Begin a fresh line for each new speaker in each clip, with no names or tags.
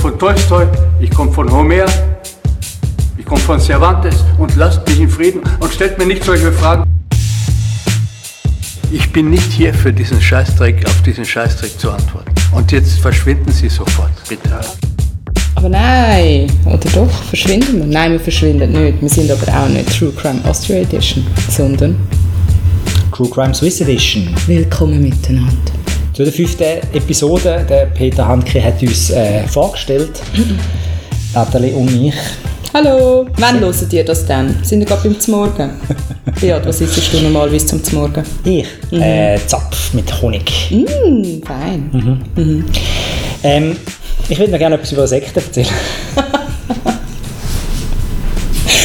von Tolstoi, ich komme von Homer, ich komme von Cervantes und lasst mich in Frieden und stellt mir nicht solche Fragen. Ich bin nicht hier für diesen Scheißdreck, auf diesen Scheißdreck zu antworten. Und jetzt verschwinden Sie sofort, bitte.
Aber nein, oder doch, verschwinden wir? Nein, wir verschwinden nicht. Wir sind aber auch nicht True Crime Austria Edition, sondern
True Crime Swiss Edition.
Willkommen miteinander.
Zu der fünften Episode, der Peter Handke hat uns äh, vorgestellt, Nathalie und mich.
Hallo, wann hört ihr das denn? Sind ihr gerade beim Zmorgen? ja, was isst du normalerweise zum Zmorgen?
Ich, äh, Zapf mit Honig.
Mh, Hm, fein.
Ähm, ich würde noch gerne etwas über Sekten erzählen.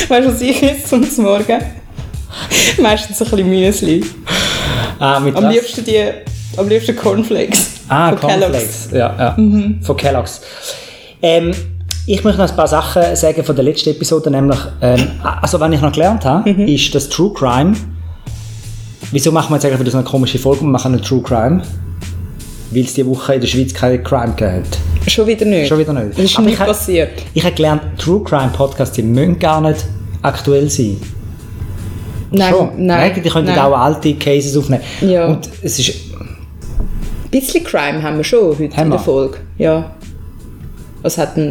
Weißt du, was ich esse zum Morgen? Meistens ein bisschen Müsli.
Ah, mit
Am
was?
liebsten die, am liebsten Cornflakes.
Ah,
von Kellogg's. Mhm.
Cornflakes. Ja, ja. Von Kellogg's. Ähm, ich möchte noch ein paar Sachen sagen von der letzten Episode, nämlich, ähm, also wenn ich noch gelernt habe,
Mhm.
ist das True Crime. Wieso machen wir jetzt eigentlich wieder so eine komische Folge und machen einen True Crime? Weil es diese Woche in der Schweiz keine Crime gegeben hat.
Schon wieder nicht.
Schon wieder nicht.
Das ist
Aber
nicht
ich hab-
passiert.
Ich habe gelernt, True Crime Podcasts die müssen gar nicht aktuell sein.
Nein,
Schon.
nein.
Die könnten
nein.
auch alte Cases aufnehmen.
Ja.
Und es ist
Ein bisschen Crime haben wir schon heute
Haben
in der
wir?
Folge. Ja. Es hat ein,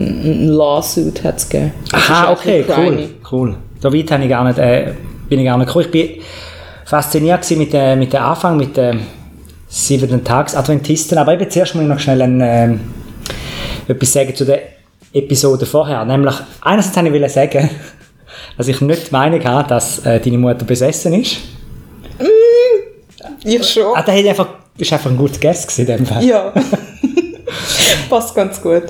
ein Lawsuit hat's gegeben. Das ist
Aha,
auch ein
okay,
bisschen
cool,
crimey.
cool. So weit habe ich gar nicht, äh, bin ich gar nicht gekommen. Ich bin fasziniert gewesen mit, äh, mit dem Anfang, mit den siebten Tags Adventisten. Aber eben zuerst muss ich noch schnell ein, ähm, etwas sagen zu der Episode vorher. Nämlich, einerseits wollte ich wollen sagen, dass ich nicht die Meinung habe, dass äh, deine Mutter besessen ist.
Ich schon.
Ah, der hat einfach, ist einfach ein guter Guess gewesen, in dem Fall.
Ja. Passt ganz gut.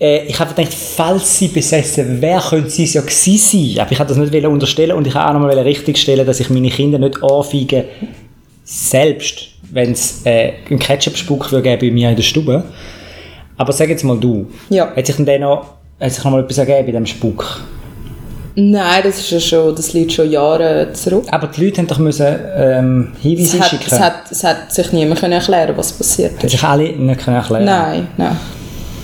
Äh, ich habe gedacht, falls sie besessen wäre, könnte sie es ja gewesen sein. Aber ich habe das nicht wollen unterstellen und ich habe auch nochmal richtig stellen, dass ich meine Kinder nicht anfeige, selbst wenn es äh, einen Ketchup-Spuck würde geben bei mir in der Stube. Aber sag jetzt mal du,
Ja.
hat sich denn der noch, hat sich noch mal etwas ergeben bei diesem Spuck?
Nein, das ist ja schon, das liegt schon Jahre zurück.
Aber die Leute haben doch müssen, ähm,
Es
Hinweise
hat,
schicken.
es, hat, es hat sich niemand können erklären, was passiert ist.
Hat sich alle nicht können erklären
Nein, nein.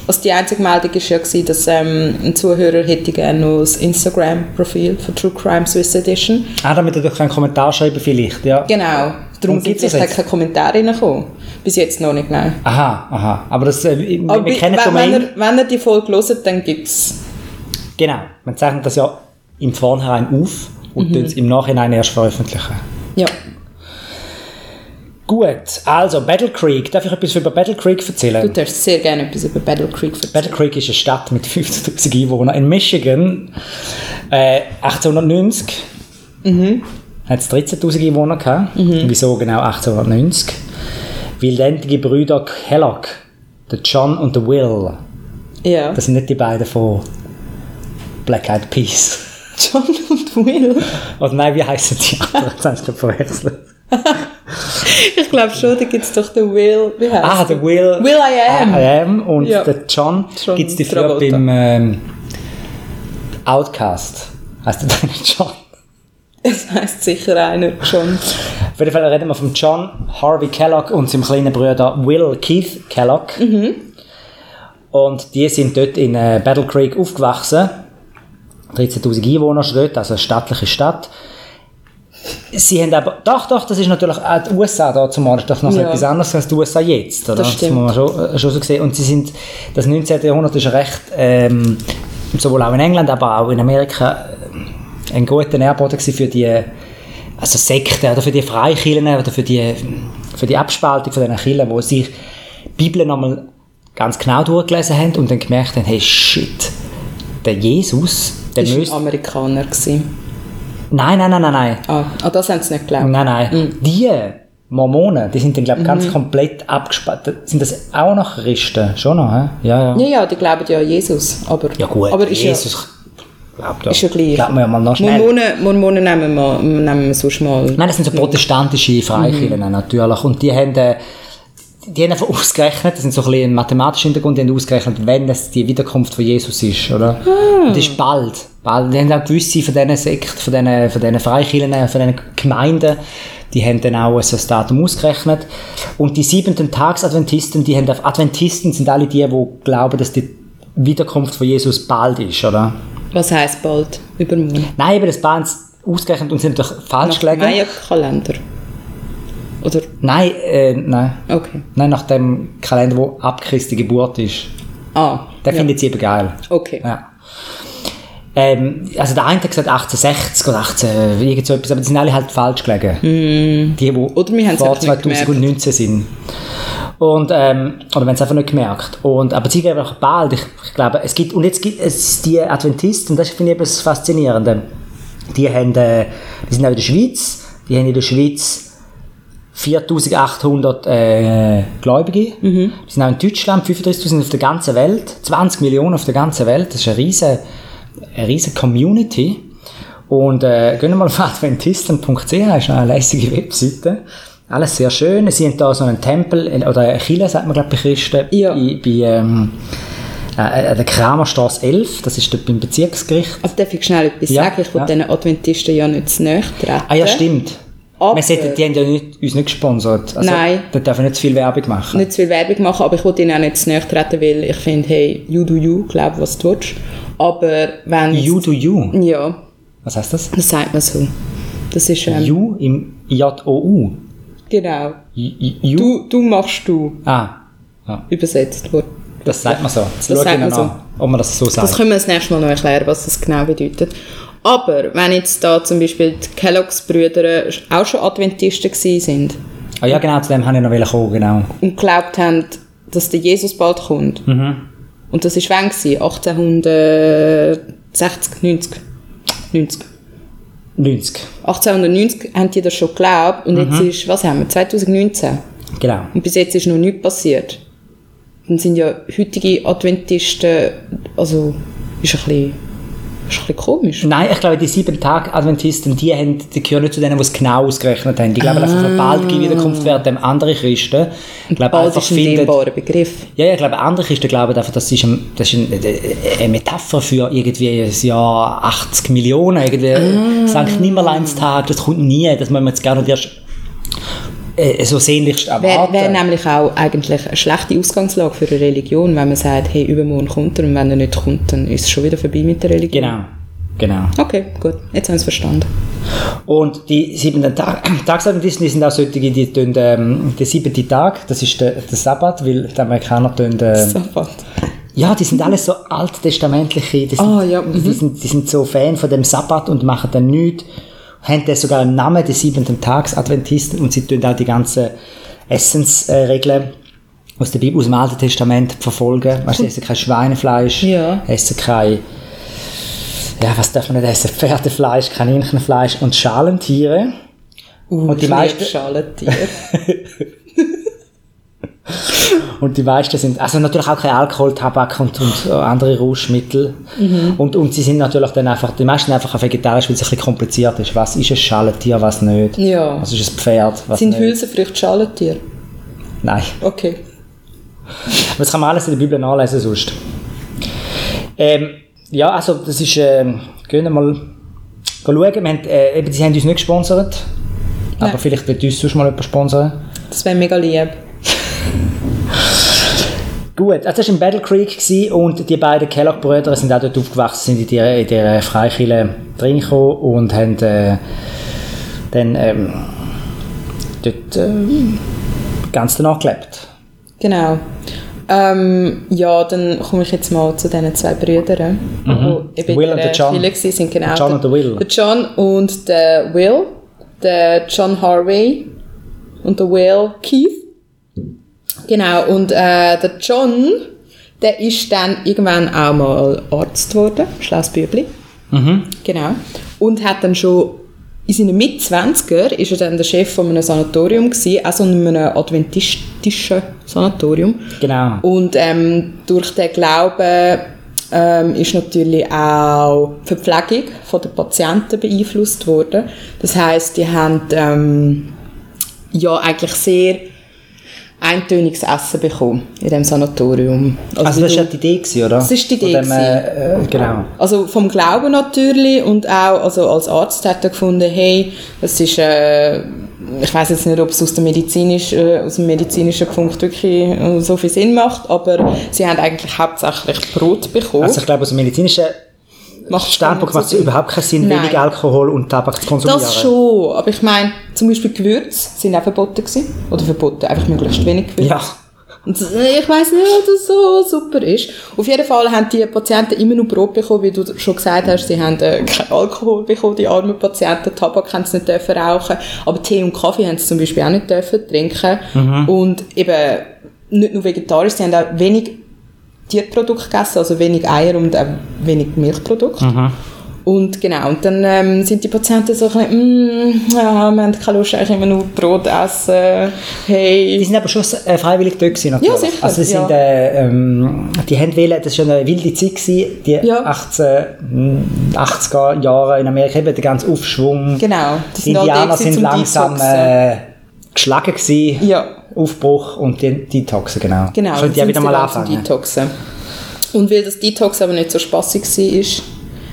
Also die einzige Meldung war ja, gewesen, dass ähm, ein Zuhörer hätte gerne noch das Instagram-Profil von True Crime Swiss Edition.
Ah, damit ihr doch einen Kommentar schreiben vielleicht, ja.
Genau. Darum sind
Und gibt's das
vielleicht
jetzt?
keine Kommentare reingekommen. Bis jetzt noch nicht, nein.
Aha, aha. Aber das, äh, wir,
Aber
wir
bi-
kennen die
wenn,
Domain.
wenn, ihr, wenn ihr die Folge hört, dann gibt es...
Genau, man zeichnet das ja im Vornherein auf und mhm. es im Nachhinein erst veröffentlichen.
Ja.
Gut, also Battle Creek. Darf ich etwas über Battle Creek
Du
erzählen?
darfst sehr gerne etwas über Battle Creek erzählen.
Battle Creek ist eine Stadt mit 50.000 Einwohnern in Michigan. Äh, 1890 hat es 13.000 Einwohner gehabt. Wieso genau 1890? Weil dann die Brüder Kellogg, der John und der Will,
Ja.
das sind nicht die beiden von Black Eyed Peas.
John und Will.
Oder nein, wie heißen die anderen? Das habe ich gerade verwechselt.
Ich glaube schon, da gibt es doch den Will... Wie heißt
Ah, der Will, Ah,
Will I Am.
I am und
Ja.
der John,
John
gibt es die früher
Travolta.
beim ähm, Outcast. Heißt der dann John?
Es heisst sicher einer John.
Auf jeden Fall reden wir von John Harvey Kellogg und seinem kleinen Bruder Will Keith Kellogg.
Mhm.
Und die sind dort in äh, Battle Creek aufgewachsen. 13.000 Einwohner ist dort, also eine stattliche Stadt. Sie haben aber, doch, doch, das ist natürlich auch die USA da zumal, ist das noch
Ja.
etwas anderes als die USA jetzt, oder?
Das stimmt.
muss man schon, äh, schon so sehen. Und sie sind, das 19. Jahrhundert ist recht, ähm, sowohl auch in England, aber auch in Amerika, äh, ein guter Nährboden gewesen für die, also Sekten, oder für die Freikirchen, oder für die, für die Abspaltung von diesen Kirchen, wo sich die Bibel nochmal ganz genau durchgelesen haben und dann gemerkt haben, hey, shit, der Jesus, der
Das war ein
müsste...
Amerikaner. Gewesen.
Nein, nein, nein, nein, nein.
Ah, ah, das haben sie nicht geglaubt.
Nein, nein. Die Mormonen, die sind dann, glaube ich, ganz komplett abgespaltet. Sind das auch noch Christen? Schon noch, hä? Ja, ja.
Ja, ja, die glauben ja an Jesus. Aber,
Ja, gut.
aber ist ja,
Jesus, glaubt
ist ja gleich.
Glaubt man ja mal noch schnell.
Mormonen, Mormonen nehmen, wir, nehmen wir sonst mal.
Nein, das sind so protestantische Freikirchen
Mhm.
natürlich. Und die haben, äh, die haben einfach ausgerechnet, das sind so ein bisschen ein mathematischer Hintergrund, die haben ausgerechnet, wenn es die Wiederkunft von Jesus ist, oder?
Ah.
Und das ist bald. bald. Die haben auch gewisse von diesen Sekten, von diesen, von diesen Freikirchen, äh, von diesen Gemeinden, die haben dann auch so ein Datum ausgerechnet. Und die siebenten Tags-Adventisten, die haben auf Adventisten sind alle die, die glauben, dass die Wiederkunft von Jesus bald ist, oder?
Was heisst bald? Übermorgen?
Nein, eben, das Bahn ausgerechnet und sind doch falsch
Nach dem
gelegen.
Maya-Kalender? Oder?
Nein, äh, nein.
Okay.
Nein, nach dem Kalender, wo ab Christi Geburt ist.
Ah.
Den
ja.
finde ich sie eben geil.
Okay.
Ja. Ähm, also der eine hat gesagt 1860 oder 18, irgend so etwas, aber die sind alle halt falsch gelegen. Die, die
Mm. Oder wir haben es
vor
einfach nicht
2019 sind. Und, ähm, oder wir haben es einfach nicht gemerkt. Und, aber sie geben auch bald, ich, ich glaube, es gibt, und jetzt gibt es die Adventisten, das finde ich eben das Faszinierende. Die, haben, äh, die sind auch in der Schweiz, die haben in der Schweiz 4800 äh, Gläubige.
Mhm.
Die sind auch in Deutschland, 35.000 auf der ganzen Welt, 20 Millionen auf der ganzen Welt. Das ist eine riesige, eine riesige Community. Und äh, gehen wir mal auf adventisten.ch, ist eine lässige Webseite. Alles sehr schön. Sie haben da so einen Tempel, äh, oder eine Kirche, sagt man glaube bei Christen,
Ja.
bei, bei ähm, äh, äh, der Kramerstraße 11, das ist dort beim Bezirksgericht.
Aber Also darf ich schnell etwas
Ja,
sagen? Ich will
ja.
diesen Adventisten ja nicht zu nahe treten.
Ah ja, stimmt.
Aber-
Man sieht, die haben ja nicht, uns nicht gesponsert. Also,
Nein.
Da dürfen wir nicht zu viel Werbung machen.
Nicht zu viel Werbung machen, aber ich will ihnen auch nicht zu nahe treten, weil ich finde, hey, you do you, glaub, was du willst. Aber wenn...
You do you.
Ja,
Was heißt das?
das sagt man so. Das ist... Ähm,
You im J-O-U.
Genau.
Y- y- You.
Du, du machst du,
Ah, ja.
übersetzt wurde.
das sagt man so. Jetzt
Das
schau
sagt
ich
man
noch an, ob man das so sagt.
Das können wir das nächste Mal noch erklären, was das genau bedeutet. Aber wenn jetzt da zum Beispiel die Kelloggs Brüder auch schon Adventisten gewesen sind
ah ja, genau, zu dem habe ich noch kommen, genau.
und geglaubt haben, dass der Jesus bald kommt.
Mhm.
Und das war wann? gewesen? 1860, 90, 90.
90.
1890 haben die das schon geglaubt und
Mhm.
jetzt ist, was haben wir, 2019.
Genau.
Und bis jetzt ist noch nichts passiert. Dann sind ja heutige Adventisten, also ist ein bisschen, ist ein bisschen komisch.
Nein, ich glaube, die sieben Tage Adventisten, die, haben, die gehören nicht zu denen, die es genau ausgerechnet haben. Ich glaube, dass es eine
Ah.
baldige Wiederkunft werden dem andere Christen. Ich glaube,
Bald
einfach
ist ein
finden,
dehnbarer Begriff.
Ja, ja, ich glaube, andere Christen glauben einfach, das ist, ein, das ist ein, äh, eine Metapher für irgendwie das Jahr 80 Millionen, irgendwie Sankt Nimmerleinstag, das kommt nie, das müssen wir jetzt gar nicht erst äh, so sehnlichst
Wäre
erwarten.
wär nämlich auch eigentlich eine schlechte Ausgangslage für eine Religion, wenn man sagt, hey, übermorgen kommt er und wenn er nicht kommt, dann ist es schon wieder vorbei mit der Religion.
genau, genau.
Okay, gut, jetzt haben sie es verstanden.
Und die siebenten Tag, Tagsadventisten die sind auch solche, die tun, ähm, den siebten Tag, das ist der, der Sabbat, weil die Amerikaner tun, ähm,
Sofort.
Ja, die sind alles so alttestamentliche, die sind,
Mhm. Ah, ja, mhm.
die, sind, die sind so Fan von dem Sabbat und machen dann nichts, haben dann sogar einen Namen, die siebenten Tags Adventisten und sie tun auch die ganzen Essensregeln aus, der Bibel, aus dem Alten Testament verfolgen. Weißt du, sie essen kein Schweinefleisch,
Ja.
essen kein, ja, was darf man nicht essen, Pferdefleisch, Kaninchenfleisch und Schalentiere.
Uh,
Und die
ich
meisten-
liebe Schalentiere.
Und die meisten sind, also natürlich auch kein Alkohol, Tabak und, und äh, andere Rauschmittel.
Mhm.
Und, und sie sind natürlich dann einfach, die meisten sind einfach auch vegetarisch, weil es ein bisschen kompliziert ist. Was ist ein Schalentier, was nicht?
Ja.
Was ist ein Pferd, was
sind
nicht?
Hülsenfrüchte Schalentiere?
Nein.
Okay.
Aber das kann man alles in der Bibel nachlesen sonst. Ähm, ja, also das ist, ähm, gehen wir mal schauen. Wir haben, äh, eben, sie haben uns nicht gesponsert. Aber vielleicht wird uns sonst mal jemand sponsern.
Das wäre mega lieb.
Gut, also das war in Battle Creek gewesen und die beiden Kellogg-Brüder sind auch dort aufgewachsen, sind in dieser, in dieser Freikirche reingekommen und haben äh, dann ähm, dort äh, ganz danach gelebt.
Genau. Ähm, ja, dann komme ich jetzt mal zu diesen zwei Brüdern, die eben
Will
in der
und Mhm. der John.
Schule waren. Genau,
Der John und der Will.
Der John und der Will. Der John Harvey und der Will Keith. Genau, und äh, der John, der ist dann irgendwann auch mal Arzt geworden, schlaues Bübli. Genau. Und hat dann schon in seinen Mitzwanziger ist er dann der Chef von einem Sanatorium gewesen, also in einem adventistischen Sanatorium.
Genau.
Und ähm, durch den Glauben ähm, ist natürlich auch die Verpflegung von den Patienten beeinflusst worden. Das heißt, die haben ähm, ja eigentlich sehr eintöniges Essen bekommen in dem Sanatorium.
Also das
wie
war
du-
ja die Idee, gewesen, oder?
Das ist die
Von
Idee
Dem, äh, äh, genau.
also vom Glauben natürlich und auch also als Arzt hat er gefunden, hey, das ist äh, ich weiß jetzt nicht, ob es aus, der medizinisch, äh, aus dem medizinischen Punkt wirklich äh, so viel Sinn macht, aber sie haben eigentlich hauptsächlich Brot bekommen.
Also ich glaube, aus dem medizinischen
Macht
Standpunkt
schon
macht es überhaupt keinen Sinn,
Nein.
wenig Alkohol und Tabak zu konsumieren.
Das schon, aber ich meine, zum Beispiel Gewürze sind auch verboten gewesen. Oder verboten, einfach möglichst wenig Gewürze.
Ja.
Und das- ich weiß nicht, ob das so super ist. Auf jeden Fall haben die Patienten immer nur Brot bekommen, wie du schon gesagt hast, sie haben äh, keinen Alkohol bekommen, die armen Patienten. Tabak haben sie nicht dürfen rauchen, aber Tee und Kaffee haben sie zum Beispiel auch nicht dürfen trinken. Und eben nicht nur vegetarisch, sie haben auch wenig Tierprodukte gegessen, also wenig Eier und auch wenig Milchprodukte. Und genau, und dann ähm, sind die Patienten so ein bisschen, «Mm, ja, wir haben keine Lust, eigentlich immer nur Brot essen, hey.
Die sind aber schon äh, freiwillig dort gewesen, natürlich.
Ja, sicher,
Also die
ja.
sind, äh, ähm, die haben wählen, das war schon eine wilde Zeit gewesen, die
Ja.
18, 80er Jahre in Amerika, eben der ganze Aufschwung.
Genau,
Die Indianer sind
um
langsam
Detoxen.
äh, geschlagen gewesen.
Ja.
Aufbruch und die Detoxen, genau.
genau,
Könnt ihr
dann
wieder
sind
mal
sie langsam
anfangen.
Detoxen. Und weil das Detox aber nicht so spaßig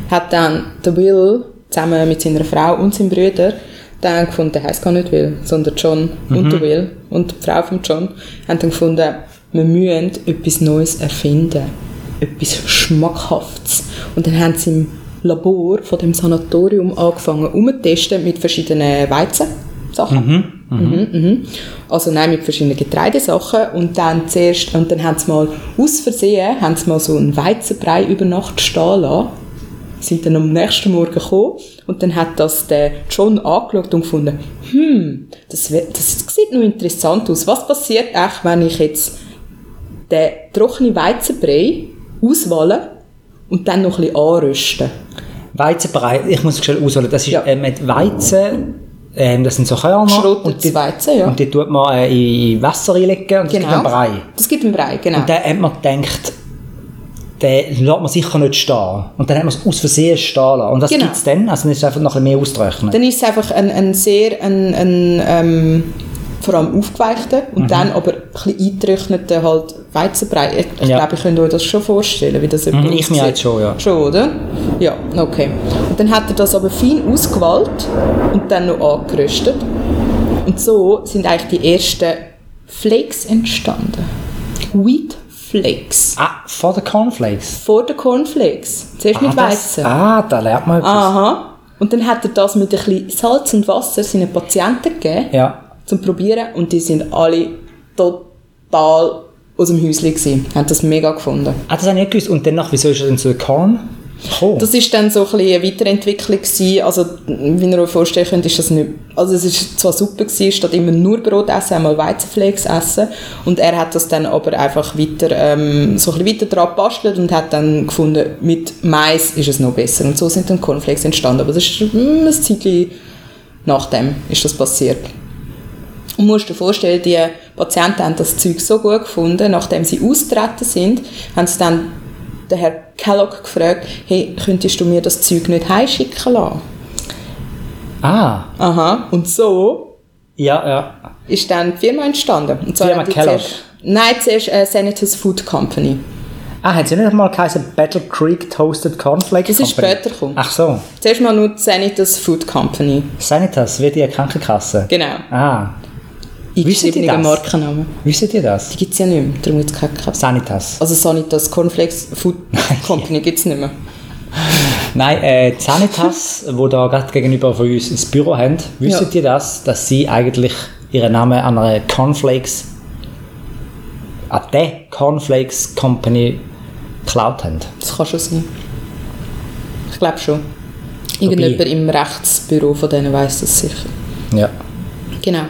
war, hat dann der Will zusammen mit seiner Frau und seinem Bruder dann gefunden, der heisst gar nicht Will, sondern John
Mhm.
und der Will und die Frau von John haben dann gefunden, wir müssen etwas Neues erfinden. Etwas Schmackhaftes. Und dann haben sie im Labor von dem Sanatorium angefangen, umzutesten mit verschiedenen Weizensachen. Mhm. Also nein, mit verschiedenen Getreidesachen und dann zuerst, und dann haben sie mal aus Versehen, haben sie mal so einen Weizenbrei über Nacht stehen lassen, sind dann am nächsten Morgen gekommen und dann hat das der John angeschaut und gefunden, hm, das, wär- das sieht noch interessant aus. Was passiert eigentlich, wenn ich jetzt den trockenen Weizenbrei auswähle und dann noch ein bisschen anröste?
Weizenbrei, ich muss schnell ausholen, das ist
Ja.
äh, mit Weizen, ähm, das sind so Körner. und die,
Schrotes Weizen, ja. Genau.
Und die tut man äh, in Wasser reinlegen und das gibt einen Brei.
Das gibt einen Brei, genau.
Und dann hat man gedacht, den lässt man sicher nicht stehen. Und dann hat man es aus Versehen stehen lassen. Und was
Genau.
gibt's dann? Also dann ist es einfach noch ein bisschen mehr austrocknen.
Dann ist es einfach ein, ein sehr, ein, ein, ähm, vor allem aufgeweichter
Mhm.
und dann aber ein bisschen eingetrockneter halt Weizenbrei. Ich, ich
Ja.
glaube, ich könnte euch das schon vorstellen, wie das
Mhm, ich mir jetzt schon, ja.
Schon, oder? Ja, okay. Und dann hat er das aber fein ausgewählt und dann noch angeröstet. Und so sind eigentlich die ersten Flakes entstanden. Wheat Flakes.
Ah, vor den Cornflakes.
Vor den Cornflakes. Zuerst mit
ah,
Weizen.
Das, ah, da lernt man etwas.
Aha. Und dann hat er das mit ein bisschen Salz und Wasser seinen Patienten gegeben,
Ja.
zum Probieren. Und die sind alle total aus dem Häuschen gewesen. Haben das mega gefunden.
Ah, das habe ich nicht gewusst. Und danach, wieso ist er denn zu den Corn gekommen?
Das ist dann so ein bisschen eine Weiterentwicklung gewesen. Also, wie ihr euch vorstellen könnt, ist das nicht, also es ist zwar super gewesen, statt immer nur Brot essen, einmal Weizenflakes essen. Und er hat das dann aber einfach weiter, ähm, so ein bisschen weiter dran gebastelt und hat dann gefunden, mit Mais ist es noch besser. Und so sind dann Cornflakes entstanden. Aber das ist mm, ein Zeitchen nachdem ist das passiert. Und musst dir vorstellen, die Patienten haben das Zeug so gut gefunden, nachdem sie austreten sind, haben sie dann den Herr Kellogg gefragt, hey, könntest du mir das Zeug nicht heimschicken lassen?
ah,
Aha. Und so
ja, ja.
ist dann die Firma entstanden. Und zwar
Firma
haben die
Kellogg?
Zuerst, nein, zuerst äh, Senators Food Company.
Ah, haben sie nicht mal geheißen Battle Creek Toasted Cornflakes
Das ist
Company?
später gekommen.
Ach so.
Zuerst mal nur die Senators Food Company.
Sanitas, wie die Krankenkasse.
Genau.
Ah, Wissen die
Eingeschriebener
das?
Markenname.
wisst ihr das?
Die gibt es ja nicht mehr, darum gibt es keine Kapsel.
Sanitas.
Also Sanitas Cornflakes Food Company gibt es nicht mehr.
Nein, äh, die Sanitas, wo da gerade gegenüber von uns ins Büro haben, wisst
Ja.
ihr das, dass sie eigentlich ihren Namen an einer Cornflakes, an der Cornflakes Company geklaut haben?
Das kann schon sein. Ich glaube schon. Irgendjemand
Wobei-
im Rechtsbüro von denen weiß das sicher.
Ja.
Genau.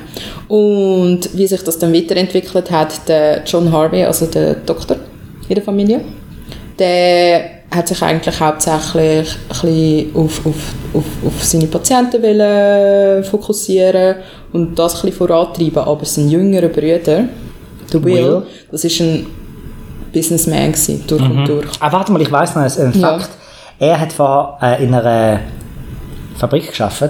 Und wie sich das dann weiterentwickelt hat, der John Harvey, also der Doktor in der Familie, der hat sich eigentlich hauptsächlich ein bisschen auf, auf, auf, auf seine Patienten wollen fokussieren und das ein bisschen vorantreiben. Aber sein jüngerer Bruder, der Will,
Will.
das ist ein Businessman gewesen, durch und durch.
Ah, warte mal, ich weiß noch einen
Ja.
Fakt. Er hat vorher äh, in einer Fabrik geschafft.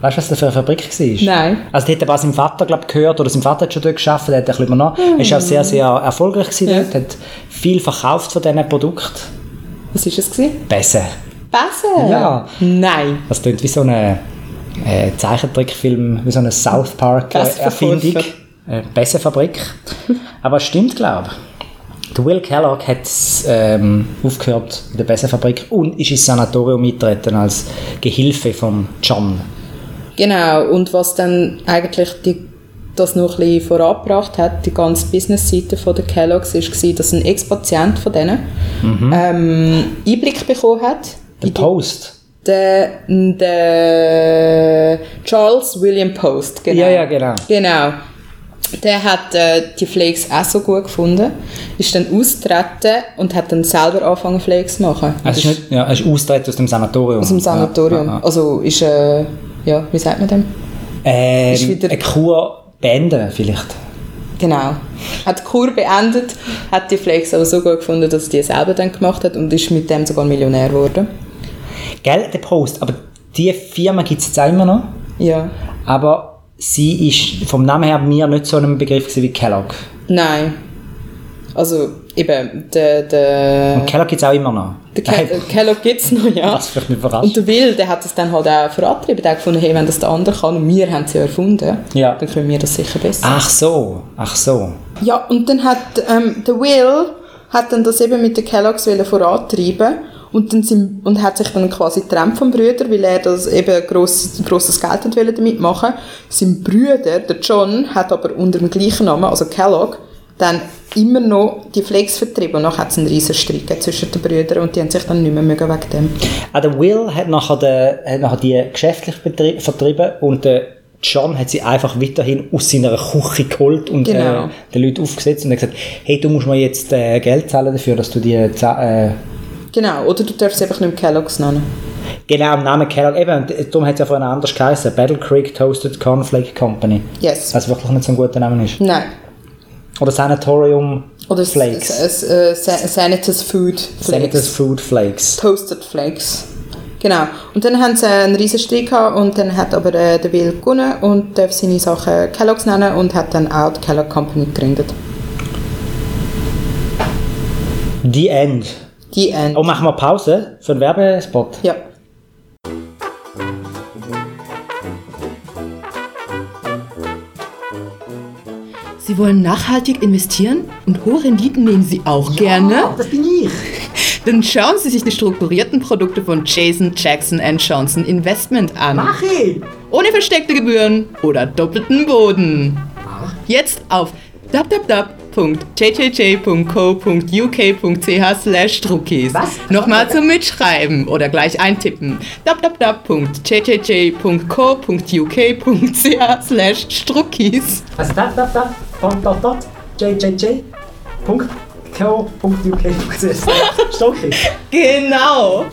Weißt du, was das für eine Fabrik war?
Mhm. Nein.
Also, die hat aber auch seinem Vater glaub, gehört, oder sein Vater hat schon dort geschafft, der hat ein bisschen übernommen. Er Ist auch sehr, sehr erfolgreich gewesen
Mhm. Ja.
dort, hat viel verkauft von diesen Produkten.
Was war es? Gewesen?
Besser.
Besser?
Ja.
Nein.
Das klingt wie so eine äh, Zeichentrickfilm, wie so eine South Park-Erfindung.
Besserverkäufer.
Äh, Besserfabrik. Aber es stimmt, glaube ich. Der Will Kellogg hat ähm, aufgehört in der Besserfabrik und ist ins Sanatorium eingetreten als Gehilfe von John.
Genau, und was dann eigentlich die, das noch ein bisschen vorangebracht hat, die ganze Businessseite von der Kellogg's, war, dass ein Ex-Patient von denen
Mhm.
ähm, Einblick bekommen hat.
Der
in die-
Post.
Der, der Charles William Post, genau.
Ja, ja, genau.
Genau. Der hat äh, die Flakes auch so gut gefunden, ist dann austreten und hat dann selber angefangen, Flakes zu machen.
Also er ist, nicht, ja, er ist austreten aus dem Sanatorium.
Ah, Aus dem Sanatorium.
Ja, ja, ja.
Also ist, äh, ja, wie sagt man dem?
Ähm,
Ist wieder-
eine Kur beenden vielleicht.
Genau. Hat die Kur beendet, hat die Flakes aber so gut gefunden, dass sie die selber dann gemacht hat und ist mit dem sogar Millionär geworden.
Gell, der Post. Aber die Firma gibt es jetzt auch immer noch.
Ja.
Aber sie ist vom Namen her mir nicht so ein Begriff gewesen wie Kellogg.
Nein. Also, eben, der, der,
Und Kellogg gibt es auch immer noch.
Äh. der Ke
Nein,
der Kellogg gibt es noch, ja.
Das wird mich überraschen.
Und der Will, der hat es dann halt auch vorangetrieben, der hat gefunden, hey, wenn das der andere kann und wir haben es ja erfunden,
Ja.
dann können wir das sicher besser.
Äh, Ach so, ach so.
Ja, und dann hat ähm, der Will hat dann das eben mit den Kelloggs wollen vorantreiben und, dann sind, und hat sich dann quasi getrennt vom Brüder, weil er das eben gross, grosses Geld hat wollen damit machen Sein Brüder, der John, hat aber unter dem gleichen Namen, also Kellogg, dann immer noch die Flex vertrieben und nachher hat es einen riesen Streit gegeben zwischen den Brüdern und die haben sich dann nicht mehr mögen wegen dem.
Ah, der Will hat nachher, den, hat nachher die geschäftlich betrie- vertrieben und der John hat sie einfach weiterhin aus seiner Küche geholt und
Genau.
äh, den Leuten aufgesetzt und hat gesagt, hey, du musst mir jetzt äh, Geld zahlen dafür, dass du die Za- äh,
Genau, oder du darfst einfach nicht mehr Kellogg's nennen.
Genau, im Namen Kellogg. Eben, und äh, darum hat es ja vorhin anders geheißen. Battle Creek Toasted Cornflake Company.
Yes.
Was wirklich nicht so ein guter Name ist.
Nein.
Oder Sanatorium
Oder s-
Flakes.
s- äh, sa- Sanitas Food
Sanitas Food Flakes.
Toasted Flakes. Genau. Und dann haben sie einen riesen Streit gehabt und dann hat aber äh, der Will gewonnen und darf seine Sachen Kellogg's nennen und hat dann auch die Kellogg Company gegründet.
The End.
Die End.
Oh, machen wir Pause für einen Werbespot.
Ja.
Sie wollen nachhaltig investieren und hohe Renditen nehmen Sie auch gerne?
das bin ich.
Dann schauen Sie sich die strukturierten Produkte von Jason Jackson Johnson Investment an. Mach ich! Ohne versteckte Gebühren oder doppelten Boden. Ah. Jetzt auf www.jjj.co.uk.ch slash Druckis. Was? Nochmal zum Mitschreiben oder gleich eintippen. www.jjj.co.uk.ch slash Struckis.
Also da, da, da, dot, dot, dot, jjj, Punkt, co, Punkt, uk, Punkt, Stocki.
Genau!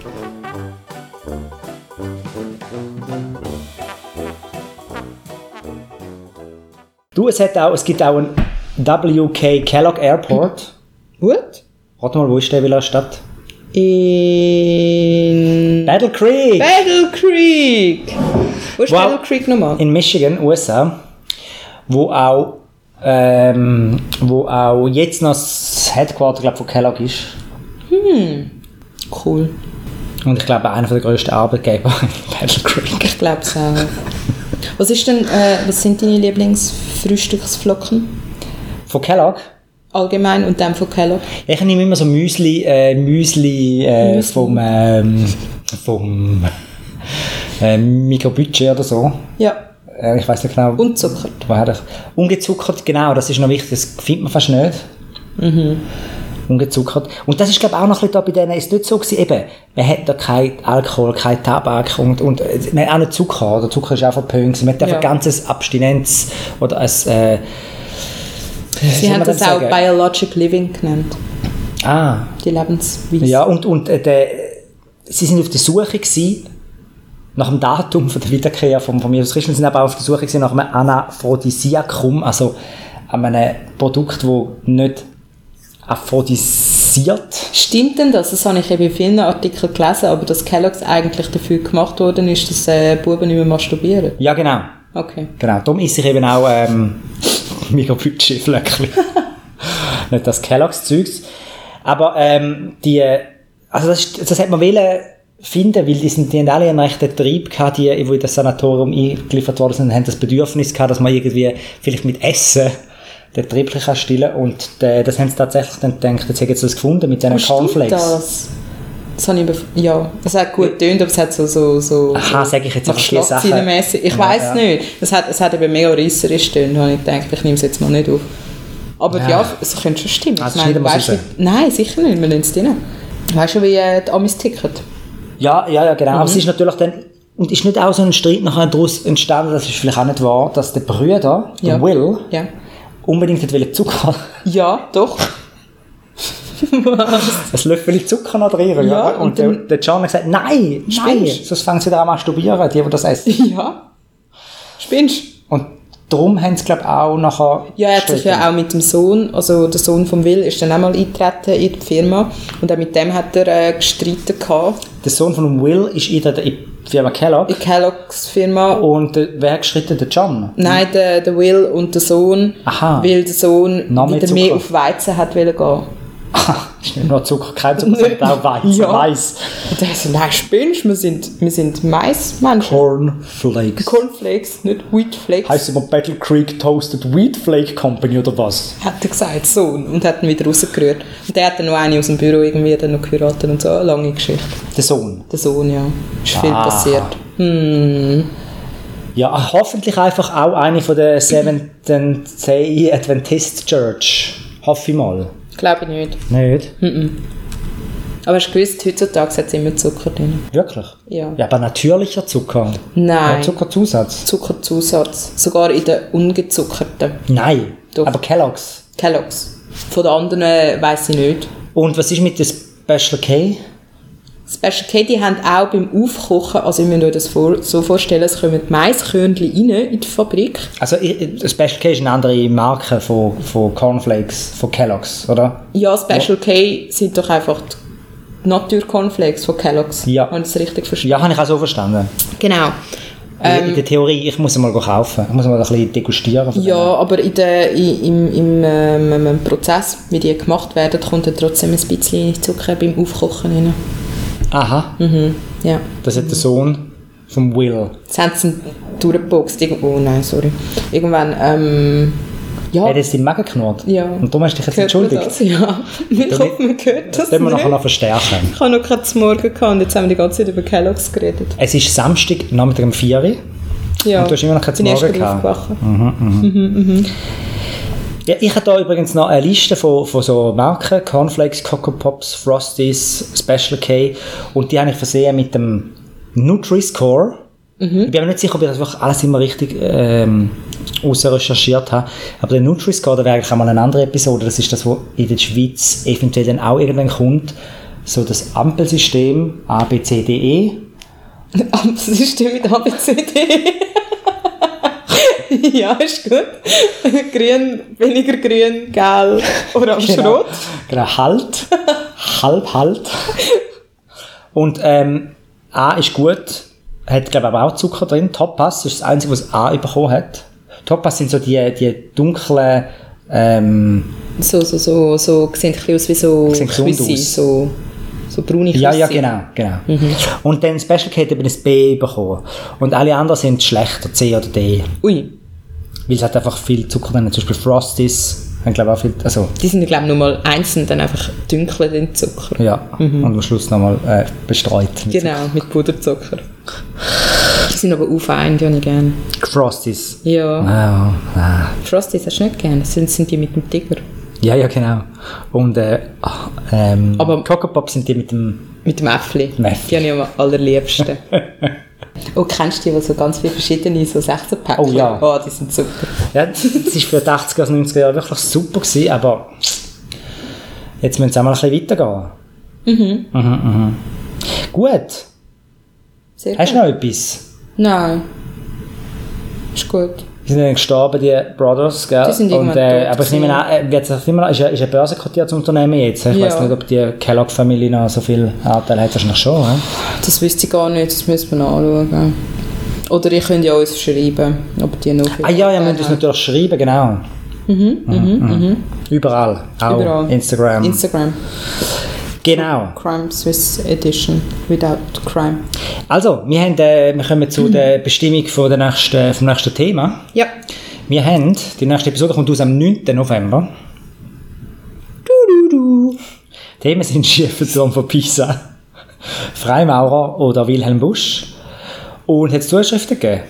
Du, es, hat auch, es gibt auch einen WK Kellogg Airport.
Gut.
Warte mal, wo ist der in welcher Stadt?
In
Battle Creek!
Battle Creek. Wo ist
Wow.
Battle Creek nochmal?
in Michigan, USA, wo auch, ähm, wo auch jetzt noch das Headquarter glaub, von Kellogg ist.
Cool.
Und ich glaube, einer der grössten Arbeitgeber in Battle Creek.
Ich glaube es auch. Was ist denn, äh, was sind deine Lieblingsfrühstücksflocken?
Von Kellogg?
Allgemein und dann von Kellogg?
Ich nehme immer so Müsli, äh, Müsli, äh, vom, ähm, vom äh, Mikrobudget oder so.
Ja.
Äh, ich weiß nicht genau.
Und Zucker.
Woher ich, ungezuckert, genau, das ist noch wichtig, das findet man fast nicht.
Mhm.
Ungezuckert. Und das ist, glaube ich, auch noch ein bisschen da bei denen, ist nicht so gewesen, eben, man hat da kein Alkohol, kein Tabak und, und äh, man hat auch nicht Zucker, der Zucker ist auch verpönt gewesen. man hat einfach
Ja.
ein ganzes Abstinenz oder ein, äh,
Sie haben das auch
bei...
Biologic Living genannt.
Ah,
Die Lebensweise.
ja, und, und äh, der, sie sind auf der Suche gewesen, nach dem Datum von der Wiederkehr von, von Jesus Christus, sie sind aber auch auf der Suche gewesen nach einem Anaphrodisiakum, also einem Produkt, wo nicht aphrodisiert.
Stimmt denn das? Das habe ich eben in vielen Artikeln gelesen, aber dass Kellogg's eigentlich dafür gemacht worden ist, dass äh, Buben nicht mehr masturbieren.
Ja, genau.
Okay.
Genau, darum esse ich eben auch ähm, Mikrobudget-Flöckchen. Nicht äh, das Kellogg's-Zeugs. Aber ähm, die, also das, ist- das hat man wollen finden, weil die, sind, die haben alle einen rechten Trieb gehabt, die, die in das Sanatorium eingeliefert worden sind, haben das Bedürfnis gehabt, dass man irgendwie vielleicht mit Essen den Trieb kann stillen und äh, das haben sie tatsächlich dann gedacht, jetzt haben sie das gefunden mit diesen
Oh, Stimmt
Cornflakes.
das? Das habe ich bef- ja, es hat gut getönt, aber es hat so so so.
Aha,
so
sag ich jetzt
nach
einfach die Sachen.
Schlagzeilenmässig. Ich
Ja,
weiss
ja.
nicht. Es hat, es hat eben mega reisserisch getönt, habe ich gedacht, ich nehme es jetzt mal nicht auf. Aber ja,
Ja.
es könnte schon stimmen.
Also
Ich meine,
schneiden wir es
weißt du-
raus.
nein, sicher nicht, wir lassen es drin. Weißt du, wie äh, die Amis ticken?
Ja, ja, ja, genau. Aber
Mhm.
es ist natürlich dann, und ist nicht auch so ein Streit nachher daraus entstanden, das ist vielleicht auch nicht wahr, dass der Brüder,
Ja.
der Will,
Ja.
unbedingt hat wollen Zucker,
Ja, doch.
ein Löffel Zucker noch drin. Ja,
Ja, und
und der, der John hat gesagt, nein, nein,
Spinnst.
sonst fangen sie wieder an masturbieren, die, die das essen.
ja. Spinnst du?
und darum haben sie, glaube ich, auch nachher...
Ja, er hat sich ja auch mit dem Sohn, also der Sohn von Will, ist dann auch mal eingetreten in die Firma und auch mit dem hat er äh, gestritten gehabt,
Der Sohn von Will ist in der in der Firma Kellogg
in Kellogg's Firma.
und der, wer hat geschritten? Der John.
Nein, der, der Will und der Sohn,
Aha.
weil der Sohn
Noch mehr
wieder mehr
Zucker.
auf Weizen hat wollen gehen.
ist nicht nur Zucker, kein Zucker, sondern auch Weiss.
Ja.
Weiss.
Und er so, nein, spinnst, du? wir sind, wir sind Maismenschen.
Cornflakes.
Cornflakes, nicht Wheatflakes,
Heißt aber Battle Creek Toasted Wheat Flake Company oder was?
hat er gesagt, Sohn, und hat ihn wieder rausgerührt. Und der hat dann noch eine aus dem Büro irgendwie dann noch geheiratet und so, eine lange Geschichte.
Der Sohn.
Der Sohn, ja, ist viel
Ah.
passiert.
Ja, ah, hoffentlich einfach auch eine von der Seventh Day Adventist Church. Hoffe ich mal.
Glaube ich nicht.
Nicht?
Hm. Aber hast du gewusst, heutzutage hat es immer Zucker drin.
Wirklich?
Ja.
Ja, aber natürlicher Zucker.
Nein.
Kein Zuckerzusatz.
Zuckerzusatz. Sogar in den ungezuckerten
Nein.
Doch.
Aber Kellogg's.
Kellogg's. Von den anderen weiß ich nicht.
Und was ist mit der Special K?
Special K, die haben auch beim Aufkochen, also ich muss euch das vor, so vorstellen, es kommen Maiskörnchen rein in die Fabrik.
Also ich- ich- Special K ist eine andere Marke von, von Cornflakes, von Kellogg's, oder?
Ja, Special K sind doch einfach die Natur-Cornflakes von Kellogg's.
Ja.
Habe ich das richtig verstanden?
Ja, habe ich auch so verstanden.
Genau.
in der Theorie, ich muss sie mal kaufen. Ich muss mal ein bisschen degustieren. von
Ja, aber in der, i- im, im, ähm, im, im Prozess, wie die gemacht werden, kommt dann trotzdem ein bisschen Zucker beim Aufkochen rein.
denen. Aha,
Hm. Ja.
das hat der Sohn vom Will.
Jetzt haben sie ihn durchgeboxt. Irgend- Oh nein, sorry. Irgendwann, ähm, ja.
Er hat jetzt den Magen knurrt.
ja.
Und darum hast du dich jetzt
Hört man
entschuldigt.
Das? Ja, ich hoffe, man hört das
Das müssen wir nachher
nicht.
noch verstärken.
Ich habe noch gerade zum Morgen gehabt und jetzt haben wir die ganze Zeit über Kellogg's geredet.
Es ist Samstag, Nachmittag um 4 Uhr.
Ja.
Und du hast immer noch keinen
Bin erst
Morgen
gerade
gehabt. Mhm.
aufgewacht.
Ja, ich habe da übrigens noch eine Liste von, von so Marken, Cornflakes, Coco Pops, Frosties, Special K und die habe ich versehen mit dem Nutri-Score.
Mhm.
Ich bin mir nicht sicher, ob ich das wirklich alles immer richtig ähm, recherchiert habe. Aber der Nutri-Score, da wäre eigentlich auch mal eine andere Episode. Das ist das, was in der Schweiz eventuell dann auch irgendwann kommt. So das Ampelsystem A, B, C, D, E.
Aber es ist die mit ABCD. ja, ist gut. Grün, weniger grün, gelb, orange, rot.
Genau, halt. halb, halt. Und ähm, A ist gut, hat glaube ich aber auch Zucker drin. Topaz ist das einzige, was A bekommen hat. Topaz sind so die, die dunklen, ähm,
So, so, so, so, sehen ein bisschen aus wie so
Sehen gesund
Küssi,
aus.
so, so braune
ja, ja,
Küssi.
genau, genau.
Mhm.
Und dann Special K hat eben ein B bekommen. Und alle anderen sind schlechter, C oder D.
Ui,
Weil es hat einfach viel Zucker drin. Zum Beispiel Frosties haben glaube ich auch viel, also
die sind, glaube ich, nur mal einzeln dann einfach dünkler, den Zucker.
ja. Und am Schluss nochmal äh, bestreut. mit
Mhm. Genau, mit Puderzucker. Die sind aber auch fein, die habe ich gerne.
Frosties.
Ja,
Wow. Ah.
Frosties hast du nicht gerne, das sind, sind die mit dem Tiger.
Ja, ja, genau. Und äh, ach, ähm,
Aber-
Coco Pops sind die mit dem...
Mit dem Äffli. Die
Äffli.
habe ich am allerliebsten. oh, kennst du die, die so ganz viele verschiedene so 16 Päckchen?
Oh ja.
Oh, die sind super.
Ja, das ist für die 80er, 90er Jahre wirklich super gewesen, aber jetzt müssen sie auch mal ein bisschen weitergehen. Mhm. mhm, mhm. Gut.
Sehr
Hast du
gut.
noch etwas?
Nein. Ist gut.
Die sind dann gestorben, die Brothers, gell?
Die sind
Und,
irgendwann
äh,
tot
aber ich nehme an, äh, wird's auch immer noch, ist, ja- ist ein börsenkotiertes Unternehmen jetzt. Ich
Ja.
weiß nicht, ob die Kellogg-Familie noch so viel Anteil hat. Wahrscheinlich schon, hä?
Das wüsste ich gar nicht, das müssen wir nachschauen. Oder ihr könnt ja uns schreiben, ob die noch Äh, viel
Ah ja, ihr
Anteil
müsst uns
haben.
natürlich schreiben, genau. Mhm, mhm, mhm. Überall. Auch
Überall.
Instagram.
Instagram.
Genau.
Crime Swiss Edition without crime.
Also, wir, haben, äh, wir kommen zu der Bestimmung von der nächsten, vom nächsten Thema.
Ja.
Wir haben, die nächste Episode kommt aus am 9. November. Du, du, du. Themen sind Schieferturm von Pisa, Freimaurer oder Wilhelm Busch. Und hat es Zuschriften gegeben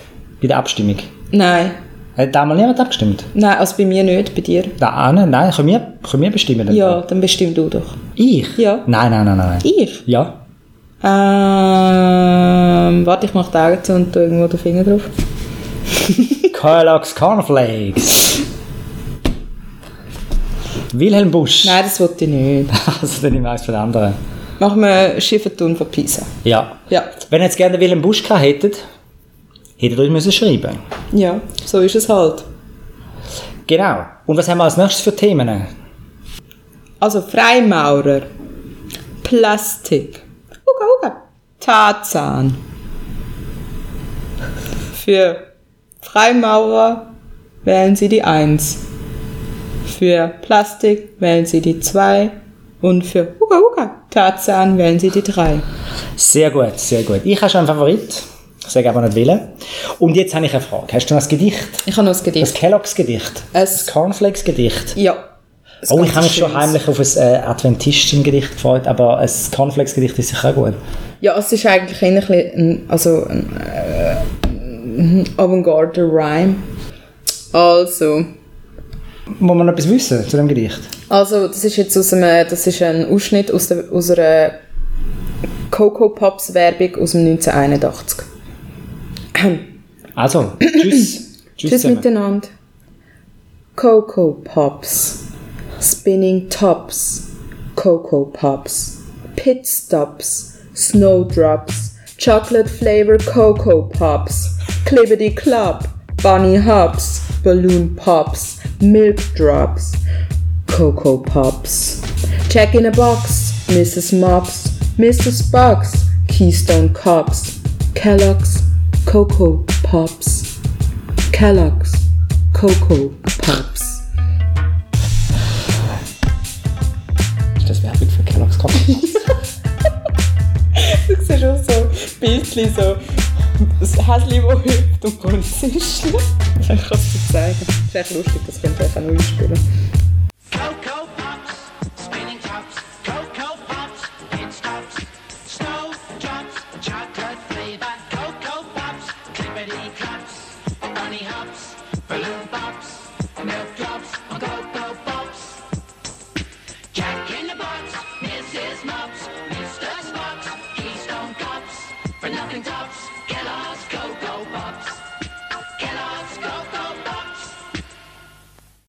bei der Abstimmung?
Nein.
Hat damals niemand abgestimmt? ah,
Nein, also bei mir nicht, bei dir.
Nein, nein, können wir, können wir bestimmen? dann?
Ja, dann bestimm du doch.
Ich?
Ja.
Nein, nein, nein, nein. nein.
Ich?
Ja.
Ähm, warte, ich mache die Augen zu und tu irgendwo den Finger drauf.
Kellogg's Cornflakes. Wilhelm Busch.
Nein, das wollte ich nicht.
Also, dann nehme ich eins von den anderen.
Machen wir Schiffertun von Pisa.
Ja.
Ja.
Wenn ihr jetzt gerne den Wilhelm Busch gehabt hättet, hättet ihr euch müssen schreiben
Ja, so ist es halt.
Genau. Und was haben wir als nächstes für Themen?
Also Freimaurer, Plastik, Uga Uga, Tarzan. Für Freimaurer wählen Sie die 1. Für Plastik wählen Sie die 2. Und für Uga Uga, Tarzan wählen Sie die 3.
Sehr gut, sehr gut. Ich habe schon einen Favorit. Ich sage aber nicht Willen. Und jetzt habe ich eine Frage. Hast du noch ein Gedicht?
Ich habe noch ein
Das
Gedicht.
Kellogg's-Gedicht?
Es-
Das Cornflakes-Gedicht?
Äh, Ja.
Oh, ich habe mich schon heimlich auf ein äh, Adventisten-Gedicht gefreut, aber ein Cornflakes-Gedicht ist sicher auch gut.
Ja, es ist eigentlich eher ein, bisschen ein, also ein, äh, ein Avantgarde-Rhyme. Also,
Muss man noch etwas wissen zu dem Gedicht?
also das ist jetzt aus einem, das ist ein Ausschnitt aus, der, aus einer Coco Pops Werbung aus dem 1981.
Also, tschüss. tschüss
Tschüss
zusammen.
miteinander. Coco Pops, Spinning Tops, Coco Pops, Pit Stops, Snowdrops, Chocolate Flavor Coco Pops, Clibbity Club, Bunny Hops, Balloon Pops, Milk Drops, Coco Pops. Check in a box, Mrs. Mops, Mrs. Box, Keystone Cops, Kellogg's, Coco Pops. Kellogg's Coco Pops.
Ist das Werbung für Kellogg's Cornflakes?
Du siehst auch so Bildchen, so das Häschen, das hüpft und gar nichts ist. Ich kann es dir zeigen. Das ist echt lustig, das könnte ich auch noch einspielen.